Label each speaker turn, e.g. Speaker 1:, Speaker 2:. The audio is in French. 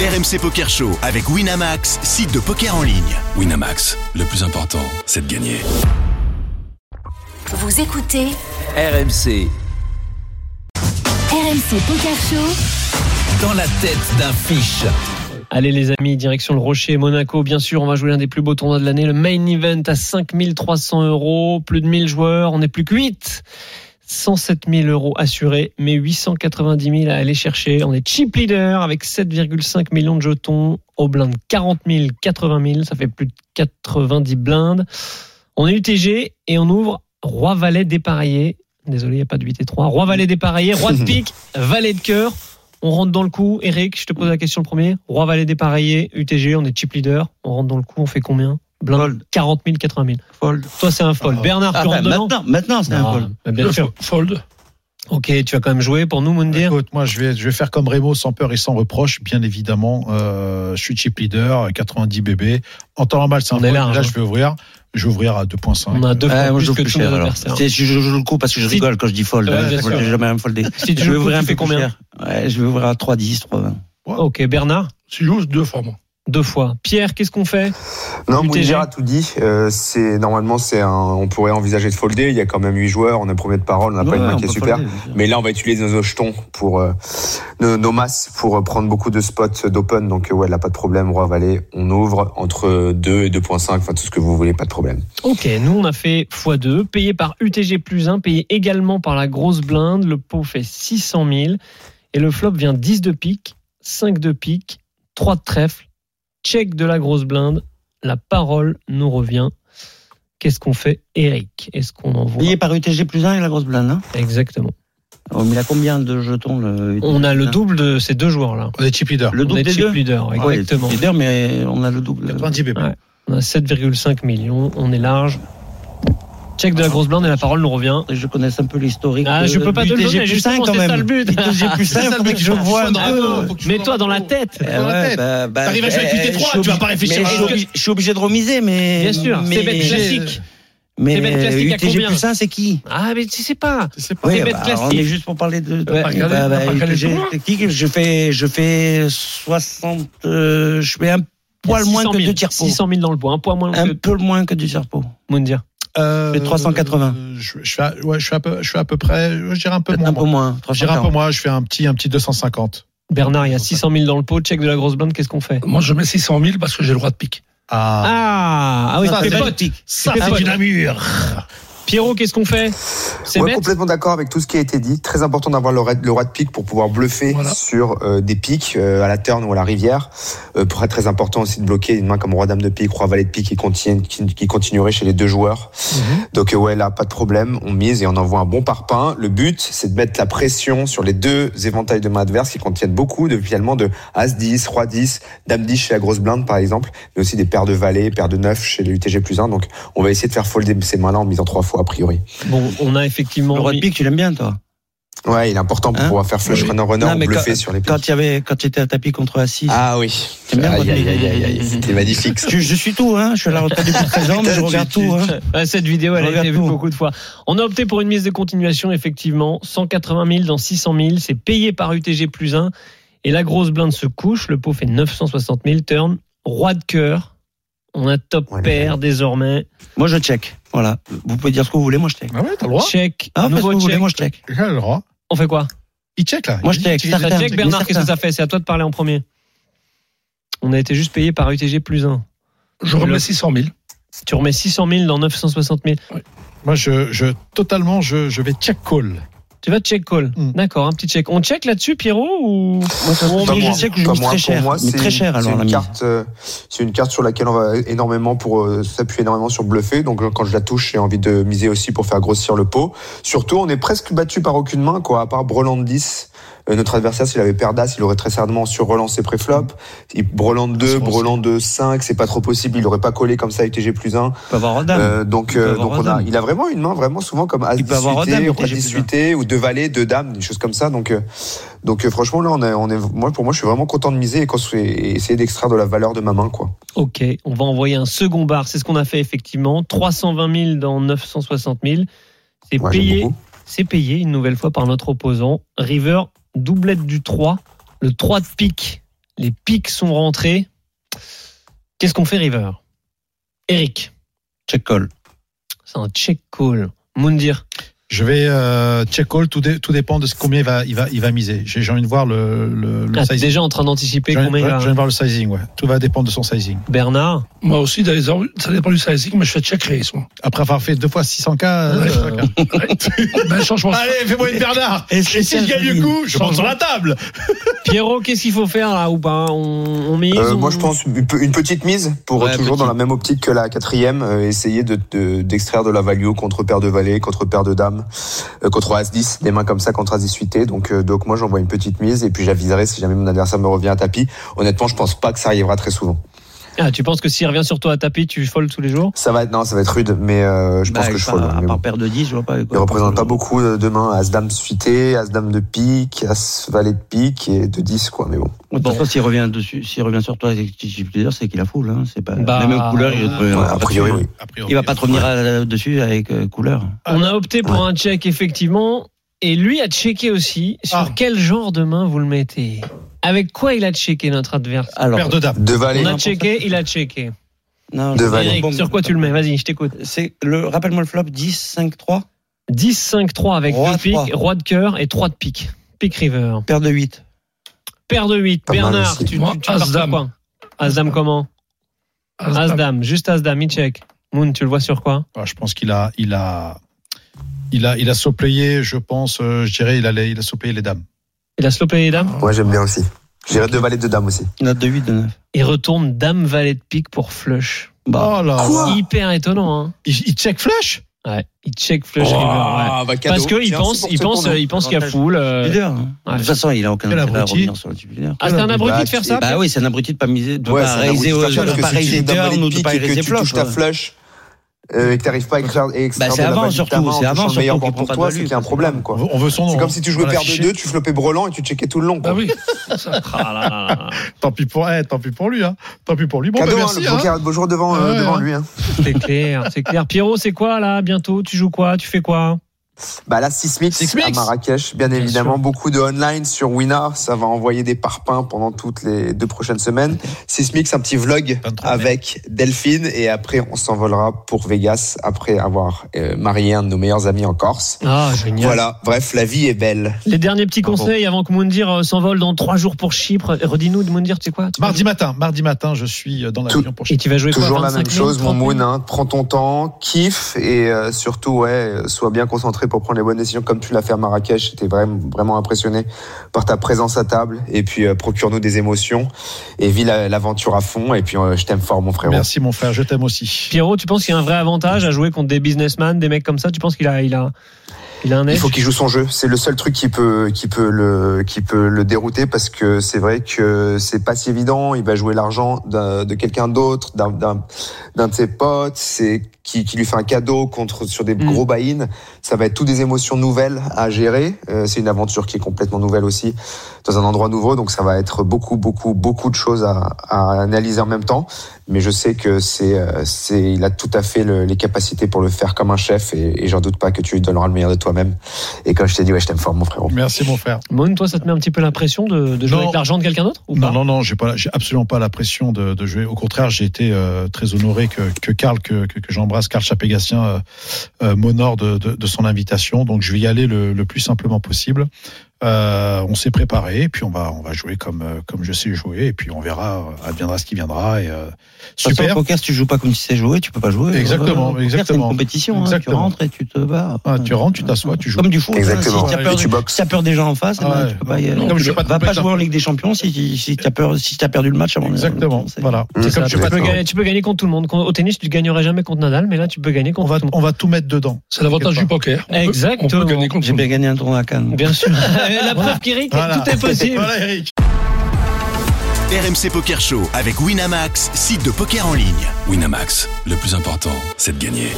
Speaker 1: RMC Poker Show avec Winamax, site de poker en ligne.
Speaker 2: Winamax, le plus important, c'est de gagner.
Speaker 3: Vous écoutez
Speaker 4: RMC,
Speaker 3: RMC Poker Show.
Speaker 4: dans la tête d'un fiche.
Speaker 5: Allez les amis, direction le Rocher et Monaco, bien sûr, on va jouer l'un des plus beaux tournois de l'année, le main event à 5300 euros, plus de 1000 joueurs, on n'est plus que 8 107 000 euros assurés, mais 890 000 à aller chercher. On est cheap leader avec 7,5 millions de jetons au blind 40 000, 80 000, ça fait plus de 90 blindes. On est UTG et on ouvre Roi-Valet dépareillé. Désolé, il n'y a pas de 8 et 3. Roi-Valet dépareillé, Roi de pique, Valet de cœur. On rentre dans le coup. Eric, je te pose la question le premier. Roi valet dépareillé, UTG, on est chip leader. On rentre dans le coup, on fait combien Blind 40 000, 80 000.
Speaker 6: Fold.
Speaker 5: Toi, c'est un fold.
Speaker 6: Ah.
Speaker 5: Bernard, tu
Speaker 6: Ah, bah,
Speaker 5: rentres dedans
Speaker 6: maintenant, maintenant c'est un
Speaker 5: Non,
Speaker 6: fold.
Speaker 5: bah, Bien sûr.
Speaker 7: Fold.
Speaker 5: Ok, tu vas quand même jouer pour nous, Moundir.
Speaker 8: Écoute, moi, je vais, je vais faire comme Rémo, sans peur et sans reproche, bien évidemment. Euh, je suis chip leader, 90 bébés. En temps normal, c'est un
Speaker 5: On est
Speaker 8: fold.
Speaker 5: large,
Speaker 8: Là,
Speaker 5: hein.
Speaker 8: je vais ouvrir. Je vais ouvrir à
Speaker 5: On
Speaker 8: 2.5.
Speaker 5: a deux fois
Speaker 6: Ouais, Ah, moi,
Speaker 5: plus
Speaker 6: je joue
Speaker 5: que
Speaker 6: plus
Speaker 5: tous nos
Speaker 6: cher alors.
Speaker 5: adversaires.
Speaker 6: C'est- Je, je joue le coup parce que je
Speaker 5: Si-
Speaker 6: rigole quand je dis fold.
Speaker 5: Ouais,
Speaker 6: hein.
Speaker 5: bien
Speaker 6: Je-
Speaker 5: sûr.
Speaker 6: J'ai jamais rien foldé.
Speaker 5: Si tu
Speaker 6: je vais
Speaker 5: joues le coup,
Speaker 6: ouvrir un
Speaker 5: tu
Speaker 6: peu
Speaker 5: fais
Speaker 6: plus
Speaker 5: combien
Speaker 6: cher. ouais, Je vais ouvrir à 3-10, 3
Speaker 5: Ok, Bernard,
Speaker 7: Si j'ose, deux fois, moi.
Speaker 5: deux fois. Pierre, qu'est-ce qu'on fait
Speaker 9: Non,
Speaker 5: UTG.
Speaker 9: Mounir a tout dit. Euh, c'est normalement, c'est un- on pourrait envisager de folder. Il y a quand même huit joueurs. On est premier de parole. On n'a pas une main qui est super. Mais là, on va utiliser nos jetons pour euh, nos, nos masses pour euh, prendre beaucoup de spots d'open. Donc euh, ouais, là, pas de problème. Roi Valet, on ouvre entre 2 et 2.5. Enfin, tout ce que vous voulez, pas de problème.
Speaker 5: Ok, nous on a fait x2, payé par UTG plus 1, payé également par la grosse blinde. Le pot fait 600 000 et le flop vient 10 de pique, 5 de pique, 3 de trèfle. Check de la grosse blinde. La parole nous revient. Qu'est-ce qu'on fait, Eric Est-ce qu'on envoie
Speaker 6: Payé par UTG plus 1 et la grosse blinde. Hein
Speaker 5: Exactement.
Speaker 6: oh, mais il a combien de jetons le UTG
Speaker 5: On a le
Speaker 6: plus un
Speaker 5: double de ces deux joueurs-là.
Speaker 8: On est chip leader.
Speaker 6: Hein Le
Speaker 5: On est
Speaker 6: double des
Speaker 5: chip
Speaker 6: deux
Speaker 5: leader,
Speaker 6: Ah ouais,
Speaker 5: exactement.
Speaker 6: c'est leader, mais on a le double.
Speaker 8: 90 bébés.
Speaker 5: Ouais. On a 7,5 millions, on est large. Check de la grosse blinde et la parole nous revient.
Speaker 6: Je connais un peu l'historique.
Speaker 5: Ah, je
Speaker 6: de-
Speaker 5: peux pas
Speaker 6: du
Speaker 5: te le
Speaker 6: UTG
Speaker 5: donner,
Speaker 6: plus
Speaker 5: justement,
Speaker 6: 1 quand
Speaker 5: c'est
Speaker 6: même.
Speaker 5: ça le but.
Speaker 6: UTG plus 1, il faudrait que je vois un peu.
Speaker 5: Mets-toi dans la tête.
Speaker 6: Eh ouais, bah, bah,
Speaker 7: T'arrives à jouer avec
Speaker 6: eh,
Speaker 7: 8 et 3,
Speaker 6: je suis
Speaker 7: tu vas
Speaker 6: obli-
Speaker 7: pas réfléchir
Speaker 6: mais
Speaker 7: à-
Speaker 6: je suis obli- Je suis obligé de remiser, mais.
Speaker 5: Bien sûr,
Speaker 6: mais-
Speaker 5: c'est bête classique.
Speaker 8: euh,
Speaker 6: Mais euh,
Speaker 5: C'est bête classique, à
Speaker 6: UTG
Speaker 5: combien
Speaker 6: plus 1, c'est qui
Speaker 5: Ah, mais tu sais pas.
Speaker 6: Oui,
Speaker 5: bête
Speaker 6: bah,
Speaker 5: classique.
Speaker 6: on est juste pour parler de. bah,
Speaker 7: pas regardé- t'as pas regardé le
Speaker 6: UTG
Speaker 7: tournoi
Speaker 6: technique, je fais, je fais 60, euh, je fais un poil moins
Speaker 5: 600
Speaker 6: que Hein
Speaker 5: 000.
Speaker 6: deux tirs
Speaker 5: 600 000 dans le poids, un poids moins
Speaker 6: Un
Speaker 5: que
Speaker 6: peu moins que du serpo.
Speaker 5: Moundir.
Speaker 8: Euh,
Speaker 6: Les 380.
Speaker 8: Je, je fais, à- ouais, je, fais à peu, je fais à peu près, je dirais un peu
Speaker 6: Peut-être un
Speaker 8: moins.
Speaker 6: peu moins.
Speaker 8: Je dirais un
Speaker 6: 340.
Speaker 8: peu moins, je fais un petit, un petit 250.
Speaker 5: Bernard, il y a 600 000 dans le pot, check de la grosse blinde, qu'est-ce qu'on fait
Speaker 7: Moi, je mets 600 000 parce que j'ai le droit de pique.
Speaker 8: Ah,
Speaker 5: Ah, ah oui,
Speaker 8: Ça,
Speaker 5: c'est
Speaker 8: c'est
Speaker 5: pote.
Speaker 8: ça,
Speaker 5: c'est pas-
Speaker 8: c'est une amure.
Speaker 5: Pierrot, qu'est-ce qu'on fait C'est
Speaker 9: Ouais,
Speaker 5: bête
Speaker 9: complètement d'accord avec tout ce qui a été dit. Très important d'avoir le, ra- le roi de pique pour pouvoir bluffer
Speaker 7: Voilà.
Speaker 9: sur euh, des piques euh, à la turn ou à la rivière. Euh, pour être très important aussi de bloquer une main comme roi dame de pique, roi valet de pique qui, contiennent- qui, qui continuerait chez les deux joueurs. Donc euh, ouais, là, pas de problème. On mise et on envoie un bon parpaing. Le but, c'est de mettre la pression sur les deux éventails de mains adverses qui contiennent beaucoup de finalement de as 10, roi 10, dame 10 chez la grosse blinde par exemple, mais aussi des paires de valets, paires de neuf chez les UTG plus 1. Donc on va essayer de faire folder ces mains-là en misant trois fois a priori.
Speaker 5: Bon, on a effectivement.
Speaker 6: Le roi de
Speaker 5: mis-
Speaker 6: pique, tu l'aimes bien, toi
Speaker 9: Ouais, il est important pour
Speaker 6: Hein
Speaker 9: pouvoir faire flush
Speaker 7: Oui.
Speaker 9: runner runner
Speaker 6: Non, mais
Speaker 9: bluffer sur les pics.
Speaker 6: Quand il y avait, quand tu étais à tapis contre Assis.
Speaker 9: Ah oui.
Speaker 6: T'aimes bien
Speaker 9: Aïe,
Speaker 6: quand-
Speaker 9: aïe, aïe, aïe, aïe, C'était magnifique. ça.
Speaker 6: Je, je suis tout, hein. Je suis à la retraite depuis 13 ans, mais je regarde tout, hein.
Speaker 5: Ouais, Cette vidéo, elle
Speaker 6: Je
Speaker 5: a été
Speaker 6: regarde
Speaker 5: vue
Speaker 6: tout.
Speaker 5: beaucoup de fois. On a opté pour une mise de continuation, effectivement. 180 000 dans 600 000. C'est payé par UTG plus 1. Et la grosse blinde se couche. Le pot fait 960 000 turn. Roi de cœur. On a top
Speaker 9: Ouais,
Speaker 5: pair désormais.
Speaker 6: Moi, je check. Voilà. Vous pouvez dire ce que vous voulez, moi, je check.
Speaker 8: Ah ouais, t'as le droit.
Speaker 5: Check.
Speaker 6: Ah, parce que
Speaker 5: nouveau
Speaker 6: vous voulez,
Speaker 5: check.
Speaker 6: moi, je check.
Speaker 8: T'as le droit.
Speaker 5: On fait quoi
Speaker 8: Il check là.
Speaker 6: Moi,
Speaker 8: Il
Speaker 6: je
Speaker 8: dit,
Speaker 6: check,
Speaker 8: tu-
Speaker 6: certain.
Speaker 5: Ça check,
Speaker 6: Mais
Speaker 5: Bernard.
Speaker 6: certain.
Speaker 5: Qu'est-ce que ça fait C'est à toi de parler en premier. On a été juste payé par UTG plus 1.
Speaker 7: Je remets 600 000.
Speaker 5: Tu remets 600 000 dans 960 000.
Speaker 8: Moi, je, je totalement, je, je vais check call.
Speaker 5: Tu vas check call.
Speaker 8: Hmm.
Speaker 5: D'accord, un petit check. On check là-dessus, Pierrot ou...
Speaker 6: Moi, ça,
Speaker 5: Bon,
Speaker 6: ça,
Speaker 9: Pas
Speaker 5: mais
Speaker 6: je
Speaker 9: moi.
Speaker 6: sais que je
Speaker 9: Pas
Speaker 6: mise
Speaker 9: moi.
Speaker 6: très
Speaker 9: Pour
Speaker 6: cher.
Speaker 9: moi,
Speaker 6: mais
Speaker 9: c'est
Speaker 6: très cher,
Speaker 9: une-
Speaker 6: alors,
Speaker 9: c'est
Speaker 6: la
Speaker 9: une
Speaker 6: mise.
Speaker 9: carte, euh, c'est une carte sur laquelle on va énormément pour euh, s'appuyer énormément sur bluffer. Donc euh, quand je la touche, j'ai envie de miser aussi pour faire grossir le pot. Surtout, on est presque battu par aucune main, quoi. À part Breland 10, euh, notre adversaire, s'il avait paire d'as, il aurait très certainement sur-relancé pré-flop. Il- Breland
Speaker 6: Ah,
Speaker 9: 2,
Speaker 8: Assurance.
Speaker 9: Breland 2, 5, c'est pas trop possible. Il aurait pas collé comme ça avec TG plus 1.
Speaker 6: Tu peux avoir Rodin.
Speaker 9: Euh, donc,
Speaker 6: Il peut
Speaker 9: euh,
Speaker 6: avoir
Speaker 9: donc on a,
Speaker 6: Rodin.
Speaker 9: il a vraiment une main vraiment souvent comme as
Speaker 6: Il peut
Speaker 9: 18
Speaker 6: avoir Rodin, mais
Speaker 9: roi
Speaker 6: TG
Speaker 9: 18 ou deux valets, deux dames, des choses comme ça. Donc, euh, donc euh, franchement là, on est, on est, moi pour moi, je suis vraiment content de miser et, construire- et essayer d'extraire de la valeur de ma main quoi.
Speaker 5: Ok, on va envoyer un second bar. C'est ce qu'on a fait effectivement. 320 000 dans 960 000. C'est
Speaker 9: Moi, j'aime
Speaker 5: payé.
Speaker 9: beaucoup.
Speaker 5: C'est payé une nouvelle fois par notre opposant. River, doublette du 3. Le 3 de pique Les pics sont rentrés. Qu'est-ce qu'on fait, River Eric,
Speaker 6: Check call.
Speaker 5: c'est un check call. Moundir,
Speaker 8: Je vais euh, check call. Tout, dé- tout dépend de ce combien il va, il va, il va miser. J'ai j'ai envie de voir le, le, le
Speaker 5: ah, t'es
Speaker 8: sizing.
Speaker 5: déjà en train d'anticiper
Speaker 8: J'ai envie,
Speaker 5: combien il
Speaker 8: ouais,
Speaker 5: va-
Speaker 8: j'ai envie de voir le sizing. Ouais. Tout va dépendre de son sizing.
Speaker 5: Bernard,
Speaker 7: Moi aussi, dans les orgues, ça dépend du sizing, mais je fais check raise, moi.
Speaker 8: Après avoir fait deux fois 600K. euh,
Speaker 5: Ouais.
Speaker 8: 600K.
Speaker 7: ben, changement.
Speaker 8: Allez, fais-moi une Bernard.
Speaker 6: Et
Speaker 8: Et si je gagne le coup, je monte sur la table.
Speaker 5: Pierrot, qu'est-ce qu'il faut faire là ou pas On, on mise
Speaker 9: Euh,
Speaker 5: on-
Speaker 9: moi, je pense une pe- une petite mise pour
Speaker 4: Ouais,
Speaker 9: toujours
Speaker 4: petit.
Speaker 9: dans la même optique que la quatrième, euh, essayer de- de- d'extraire de, la value contre paire de valet, contre paire de dames, euh, contre as 10, des mains comme ça contre as 10 suité. Donc, euh, donc moi, j'envoie une petite mise et puis j'aviserai si jamais mon adversaire me revient à tapis. Honnêtement, je pense pas que ça arrivera très souvent.
Speaker 5: Ah, tu penses que s'il revient sur toi à tapis, tu folles tous les jours
Speaker 9: Ça va être non, ça va être rude, mais euh, je pense que je fold.
Speaker 6: Bah, À
Speaker 9: mais bon.
Speaker 6: part paire de 10, je vois pas.
Speaker 9: Il représente pas beaucoup euh, demain. As dame suité, as dame de pique, as valet de pique et de 10 quoi. Mais bon.
Speaker 6: De toute façon, s'il revient dessus, s'il revient sur toi avec Chichi Plusieurs, c'est qu'il a foule. Hein. C'est pas
Speaker 5: Bah,
Speaker 6: la même couleur. Il, te-
Speaker 9: Ouais, Bah, a priori, oui.
Speaker 6: il va pas te revenir à- dessus avec euh, couleur.
Speaker 5: On a opté pour un check, effectivement. Et lui a checké aussi sur
Speaker 8: Ah.
Speaker 5: quel genre de main vous le mettez. Avec quoi il a checké notre adversaire
Speaker 6: Alors,
Speaker 8: Paire de dames.
Speaker 9: De hein. valet.
Speaker 5: On a checké, il a checké.
Speaker 6: non,
Speaker 9: De
Speaker 6: je-
Speaker 9: valet.
Speaker 5: Eric,
Speaker 6: Bon,
Speaker 5: sur quoi tu le mets Vas-y, je t'écoute.
Speaker 6: C'est le. Rappelle-moi le flop 10, 5, 3,
Speaker 5: 10-5-3 avec
Speaker 6: Roi
Speaker 5: deux
Speaker 6: de trois.
Speaker 5: piques, roi de cœur et 3 de pique. Pique river.
Speaker 6: paire de 8.
Speaker 5: Paire de 8.
Speaker 9: Pas mal
Speaker 5: Bernard,
Speaker 9: aussi.
Speaker 5: tu, tu,
Speaker 7: Moi,
Speaker 5: tu pars sur
Speaker 7: As-Dame.
Speaker 5: quoi As-Dame comment Ah,
Speaker 7: Ah,
Speaker 5: As-Dame, juste As-Dame, il check. Moon, tu le vois sur quoi
Speaker 8: Ah, je pense qu'il a, il a, il a, il a soplayé, je pense, euh, je dirais, il a, les- il a soplayé les dames.
Speaker 5: Il a slopé les dames
Speaker 9: Moi, j'aime bien aussi. J'irai de valet de dame aussi.
Speaker 6: Note de 8, de 9.
Speaker 5: et retourne dame valet de pique pour flush.
Speaker 6: Bah,
Speaker 8: oh là, là.
Speaker 5: Hyper étonnant, hein
Speaker 8: il, il check flush
Speaker 5: Ouais, il check flush
Speaker 9: Oh.
Speaker 5: river.
Speaker 9: Ah,
Speaker 5: ouais. Parce qu'il pense, il pense, il pense qu'il y a foule. euh,
Speaker 6: leader. hein.
Speaker 5: ouais.
Speaker 6: De toute façon, il a aucun
Speaker 8: Quel
Speaker 6: intérêt à
Speaker 8: abruti.
Speaker 6: revenir sur le type leader.
Speaker 5: Ah, c'est un abruti de faire ça
Speaker 6: Bah oui, c'est un abruti de pas miser, de
Speaker 9: Ouais,
Speaker 6: pas
Speaker 9: c'est un
Speaker 6: raiser,
Speaker 9: abruti
Speaker 6: euh,
Speaker 9: de faire ça,
Speaker 6: de pas
Speaker 9: parce que si tu
Speaker 6: raiser
Speaker 9: donnes valet
Speaker 6: turn
Speaker 9: de
Speaker 6: ou de
Speaker 9: pique
Speaker 6: pas
Speaker 9: et que
Speaker 6: raiser
Speaker 9: tu
Speaker 6: flush.
Speaker 9: touches ta
Speaker 6: quoi.
Speaker 9: flush euh, et que t'arrives pas à extraire, et extraire
Speaker 6: Bah, c'est
Speaker 9: de la
Speaker 6: avant,
Speaker 9: value de ta
Speaker 6: surtout,
Speaker 9: main en
Speaker 6: c'est avant,
Speaker 9: touchant le meilleur
Speaker 6: surtout,
Speaker 9: bord
Speaker 6: qu'il
Speaker 9: pour
Speaker 6: prend
Speaker 9: toi,
Speaker 6: pas de
Speaker 9: c'est
Speaker 6: value,
Speaker 9: qu'il y a un
Speaker 6: parce que-
Speaker 9: problème quoi.
Speaker 8: on, on veut son nom.
Speaker 9: C'est
Speaker 8: hein.
Speaker 9: comme si tu jouais
Speaker 8: On l'a
Speaker 9: paire de
Speaker 8: fiché.
Speaker 9: deux, tu flopais brelan et tu checkais tout le long.
Speaker 7: Ah
Speaker 9: quoi.
Speaker 7: oui. Ça.
Speaker 5: Ah là là là.
Speaker 8: Tant pis pour, eh, tant pis pour lui, hein. Tant pis pour lui. Bon,
Speaker 9: Cadeau,
Speaker 8: bah,
Speaker 9: hein,
Speaker 8: merci.
Speaker 9: le
Speaker 8: hein.
Speaker 9: poker a de beaux jours devant euh,
Speaker 8: Ouais,
Speaker 9: devant
Speaker 8: hein.
Speaker 9: lui. hein.
Speaker 5: C'est clair, c'est clair. Pierrot, c'est quoi là Bientôt, tu joues quoi Tu fais quoi
Speaker 9: Bah là, 6 mix
Speaker 8: Sismix.
Speaker 9: à Marrakech, bien, évidemment. Beaucoup de online sur Winar, ça va envoyer des parpaings pendant toutes les deux prochaines semaines. 6 mix, un petit vlog
Speaker 8: 23 mai.
Speaker 9: avec Delphine et après on s'envolera pour Vegas après avoir euh, marié un de nos meilleurs amis en Corse.
Speaker 5: Ah, génial.
Speaker 9: Voilà, bref, la vie est belle.
Speaker 5: Les derniers petits
Speaker 9: Bravo.
Speaker 5: conseils avant que Moundir euh, s'envole dans trois jours pour Chypre. Redis-nous de Moundir, tu sais quoi Tu vas
Speaker 8: Mardi matin, mardi matin, je suis euh, dans l'avion pour
Speaker 5: jouer- Et tu vas jouer
Speaker 9: Toujours
Speaker 5: quoi
Speaker 9: la même
Speaker 5: 25
Speaker 9: chose, mon
Speaker 5: 30
Speaker 9: Moon. hein. prends ton temps, kiffe et euh, surtout, ouais, euh, sois bien concentré pour prendre les bonnes décisions comme tu l'as fait à Marrakech. J'étais vraiment, vraiment impressionné par ta présence à table et puis euh, procure-nous des émotions et vis la- l'aventure à fond. Et puis, euh, je t'aime fort, mon frérot.
Speaker 8: Merci, mon frère. Je t'aime aussi.
Speaker 5: Pierrot, tu penses qu'il y a un vrai avantage à jouer contre des businessmen, des mecs comme ça Tu penses qu'il a, il a, il a un
Speaker 9: Il
Speaker 5: edge
Speaker 9: faut qu'il joue son jeu. C'est le seul truc qui peut, qui peut le, qui peut le dérouter parce que c'est vrai que c'est pas si évident. Il va jouer l'argent d'un- de quelqu'un d'autre, d'un- d'un d'un de ses potes, c'est qui, qui lui fait un cadeau contre sur des
Speaker 5: Mm.
Speaker 9: gros buy-in. Ça va être toutes des émotions nouvelles à gérer. Euh, c'est une aventure qui est complètement nouvelle aussi dans un endroit nouveau. Donc ça va être beaucoup, beaucoup, beaucoup de choses à, à analyser en même temps. Mais je sais que c'est, euh, c'est, il a tout à fait le- les capacités pour le faire comme un chef et, et j'en doute pas que tu lui donneras le meilleur de toi-même. Et comme je t'ai dit, ouais, je t'aime fort, mon frérot.
Speaker 8: Merci, mon frère.
Speaker 5: Moon, toi, ça te met un petit peu l'impression de, de jouer
Speaker 8: Non.
Speaker 5: avec l'argent de quelqu'un d'autre ou pas
Speaker 8: Non, non, non, j'ai pas, j'ai absolument pas la pression de, de jouer. Au contraire, j'ai été euh, très honoré que que Karl, que, que, que j'embrasse, Karl Chapégassien, euh, euh, m'honore de, de, de son invitation. Donc, je vais y aller le, le plus simplement possible. Euh, on s'est préparé, puis on va on va jouer comme euh, comme je sais jouer, et puis on verra, euh, adviendra ce qui viendra. Et euh,
Speaker 6: De toute façon,
Speaker 8: super.
Speaker 6: au poker, si tu joues pas comme tu sais jouer, tu peux pas jouer.
Speaker 8: Exactement,
Speaker 6: Au poker, C'est
Speaker 8: exactement.
Speaker 6: une compétition. hein.
Speaker 8: Exactement.
Speaker 6: Tu rentres et tu te bats.
Speaker 8: Ah, tu rentres, tu t'assois, tu joues.
Speaker 6: Comme du foot. hein.
Speaker 9: Exactement.
Speaker 6: Si t'as
Speaker 8: Et
Speaker 6: peur,
Speaker 9: tu
Speaker 6: de-
Speaker 9: boxes.
Speaker 6: si t'as peur des gens en face, eh ben,
Speaker 8: Ah ouais.
Speaker 6: tu peux pas y aller.
Speaker 8: Comme je vais pas te hein.
Speaker 6: Va pas
Speaker 8: compétition.
Speaker 6: jouer en Ligue des Champions si, si, si t'as peur, si t'as perdu le match avant.
Speaker 8: Exactement.
Speaker 6: C'est-
Speaker 8: Voilà.
Speaker 9: C'est
Speaker 8: C'est comme
Speaker 5: Ça,
Speaker 8: je
Speaker 5: tu,
Speaker 8: vais pas
Speaker 5: peux
Speaker 8: te-
Speaker 5: gagner, tu peux gagner contre tout le monde. Con- Au tennis, tu gagnerais jamais contre Nadal, mais là, tu peux gagner
Speaker 8: on
Speaker 5: contre
Speaker 8: va
Speaker 5: tout le monde.
Speaker 8: on va tout mettre dedans.
Speaker 7: C'est l'avantage du poker. On peut-
Speaker 5: Exactement.
Speaker 7: On peut gagner contre
Speaker 6: J'ai bien gagné un tournoi à Cannes.
Speaker 5: Bien sûr. La preuve qu'Eric,
Speaker 8: Voilà.
Speaker 5: tout est possible.
Speaker 8: Voilà, Eric.
Speaker 1: RMC Poker Show avec Winamax, site de poker en ligne.
Speaker 2: Winamax, le plus important, c'est de gagner.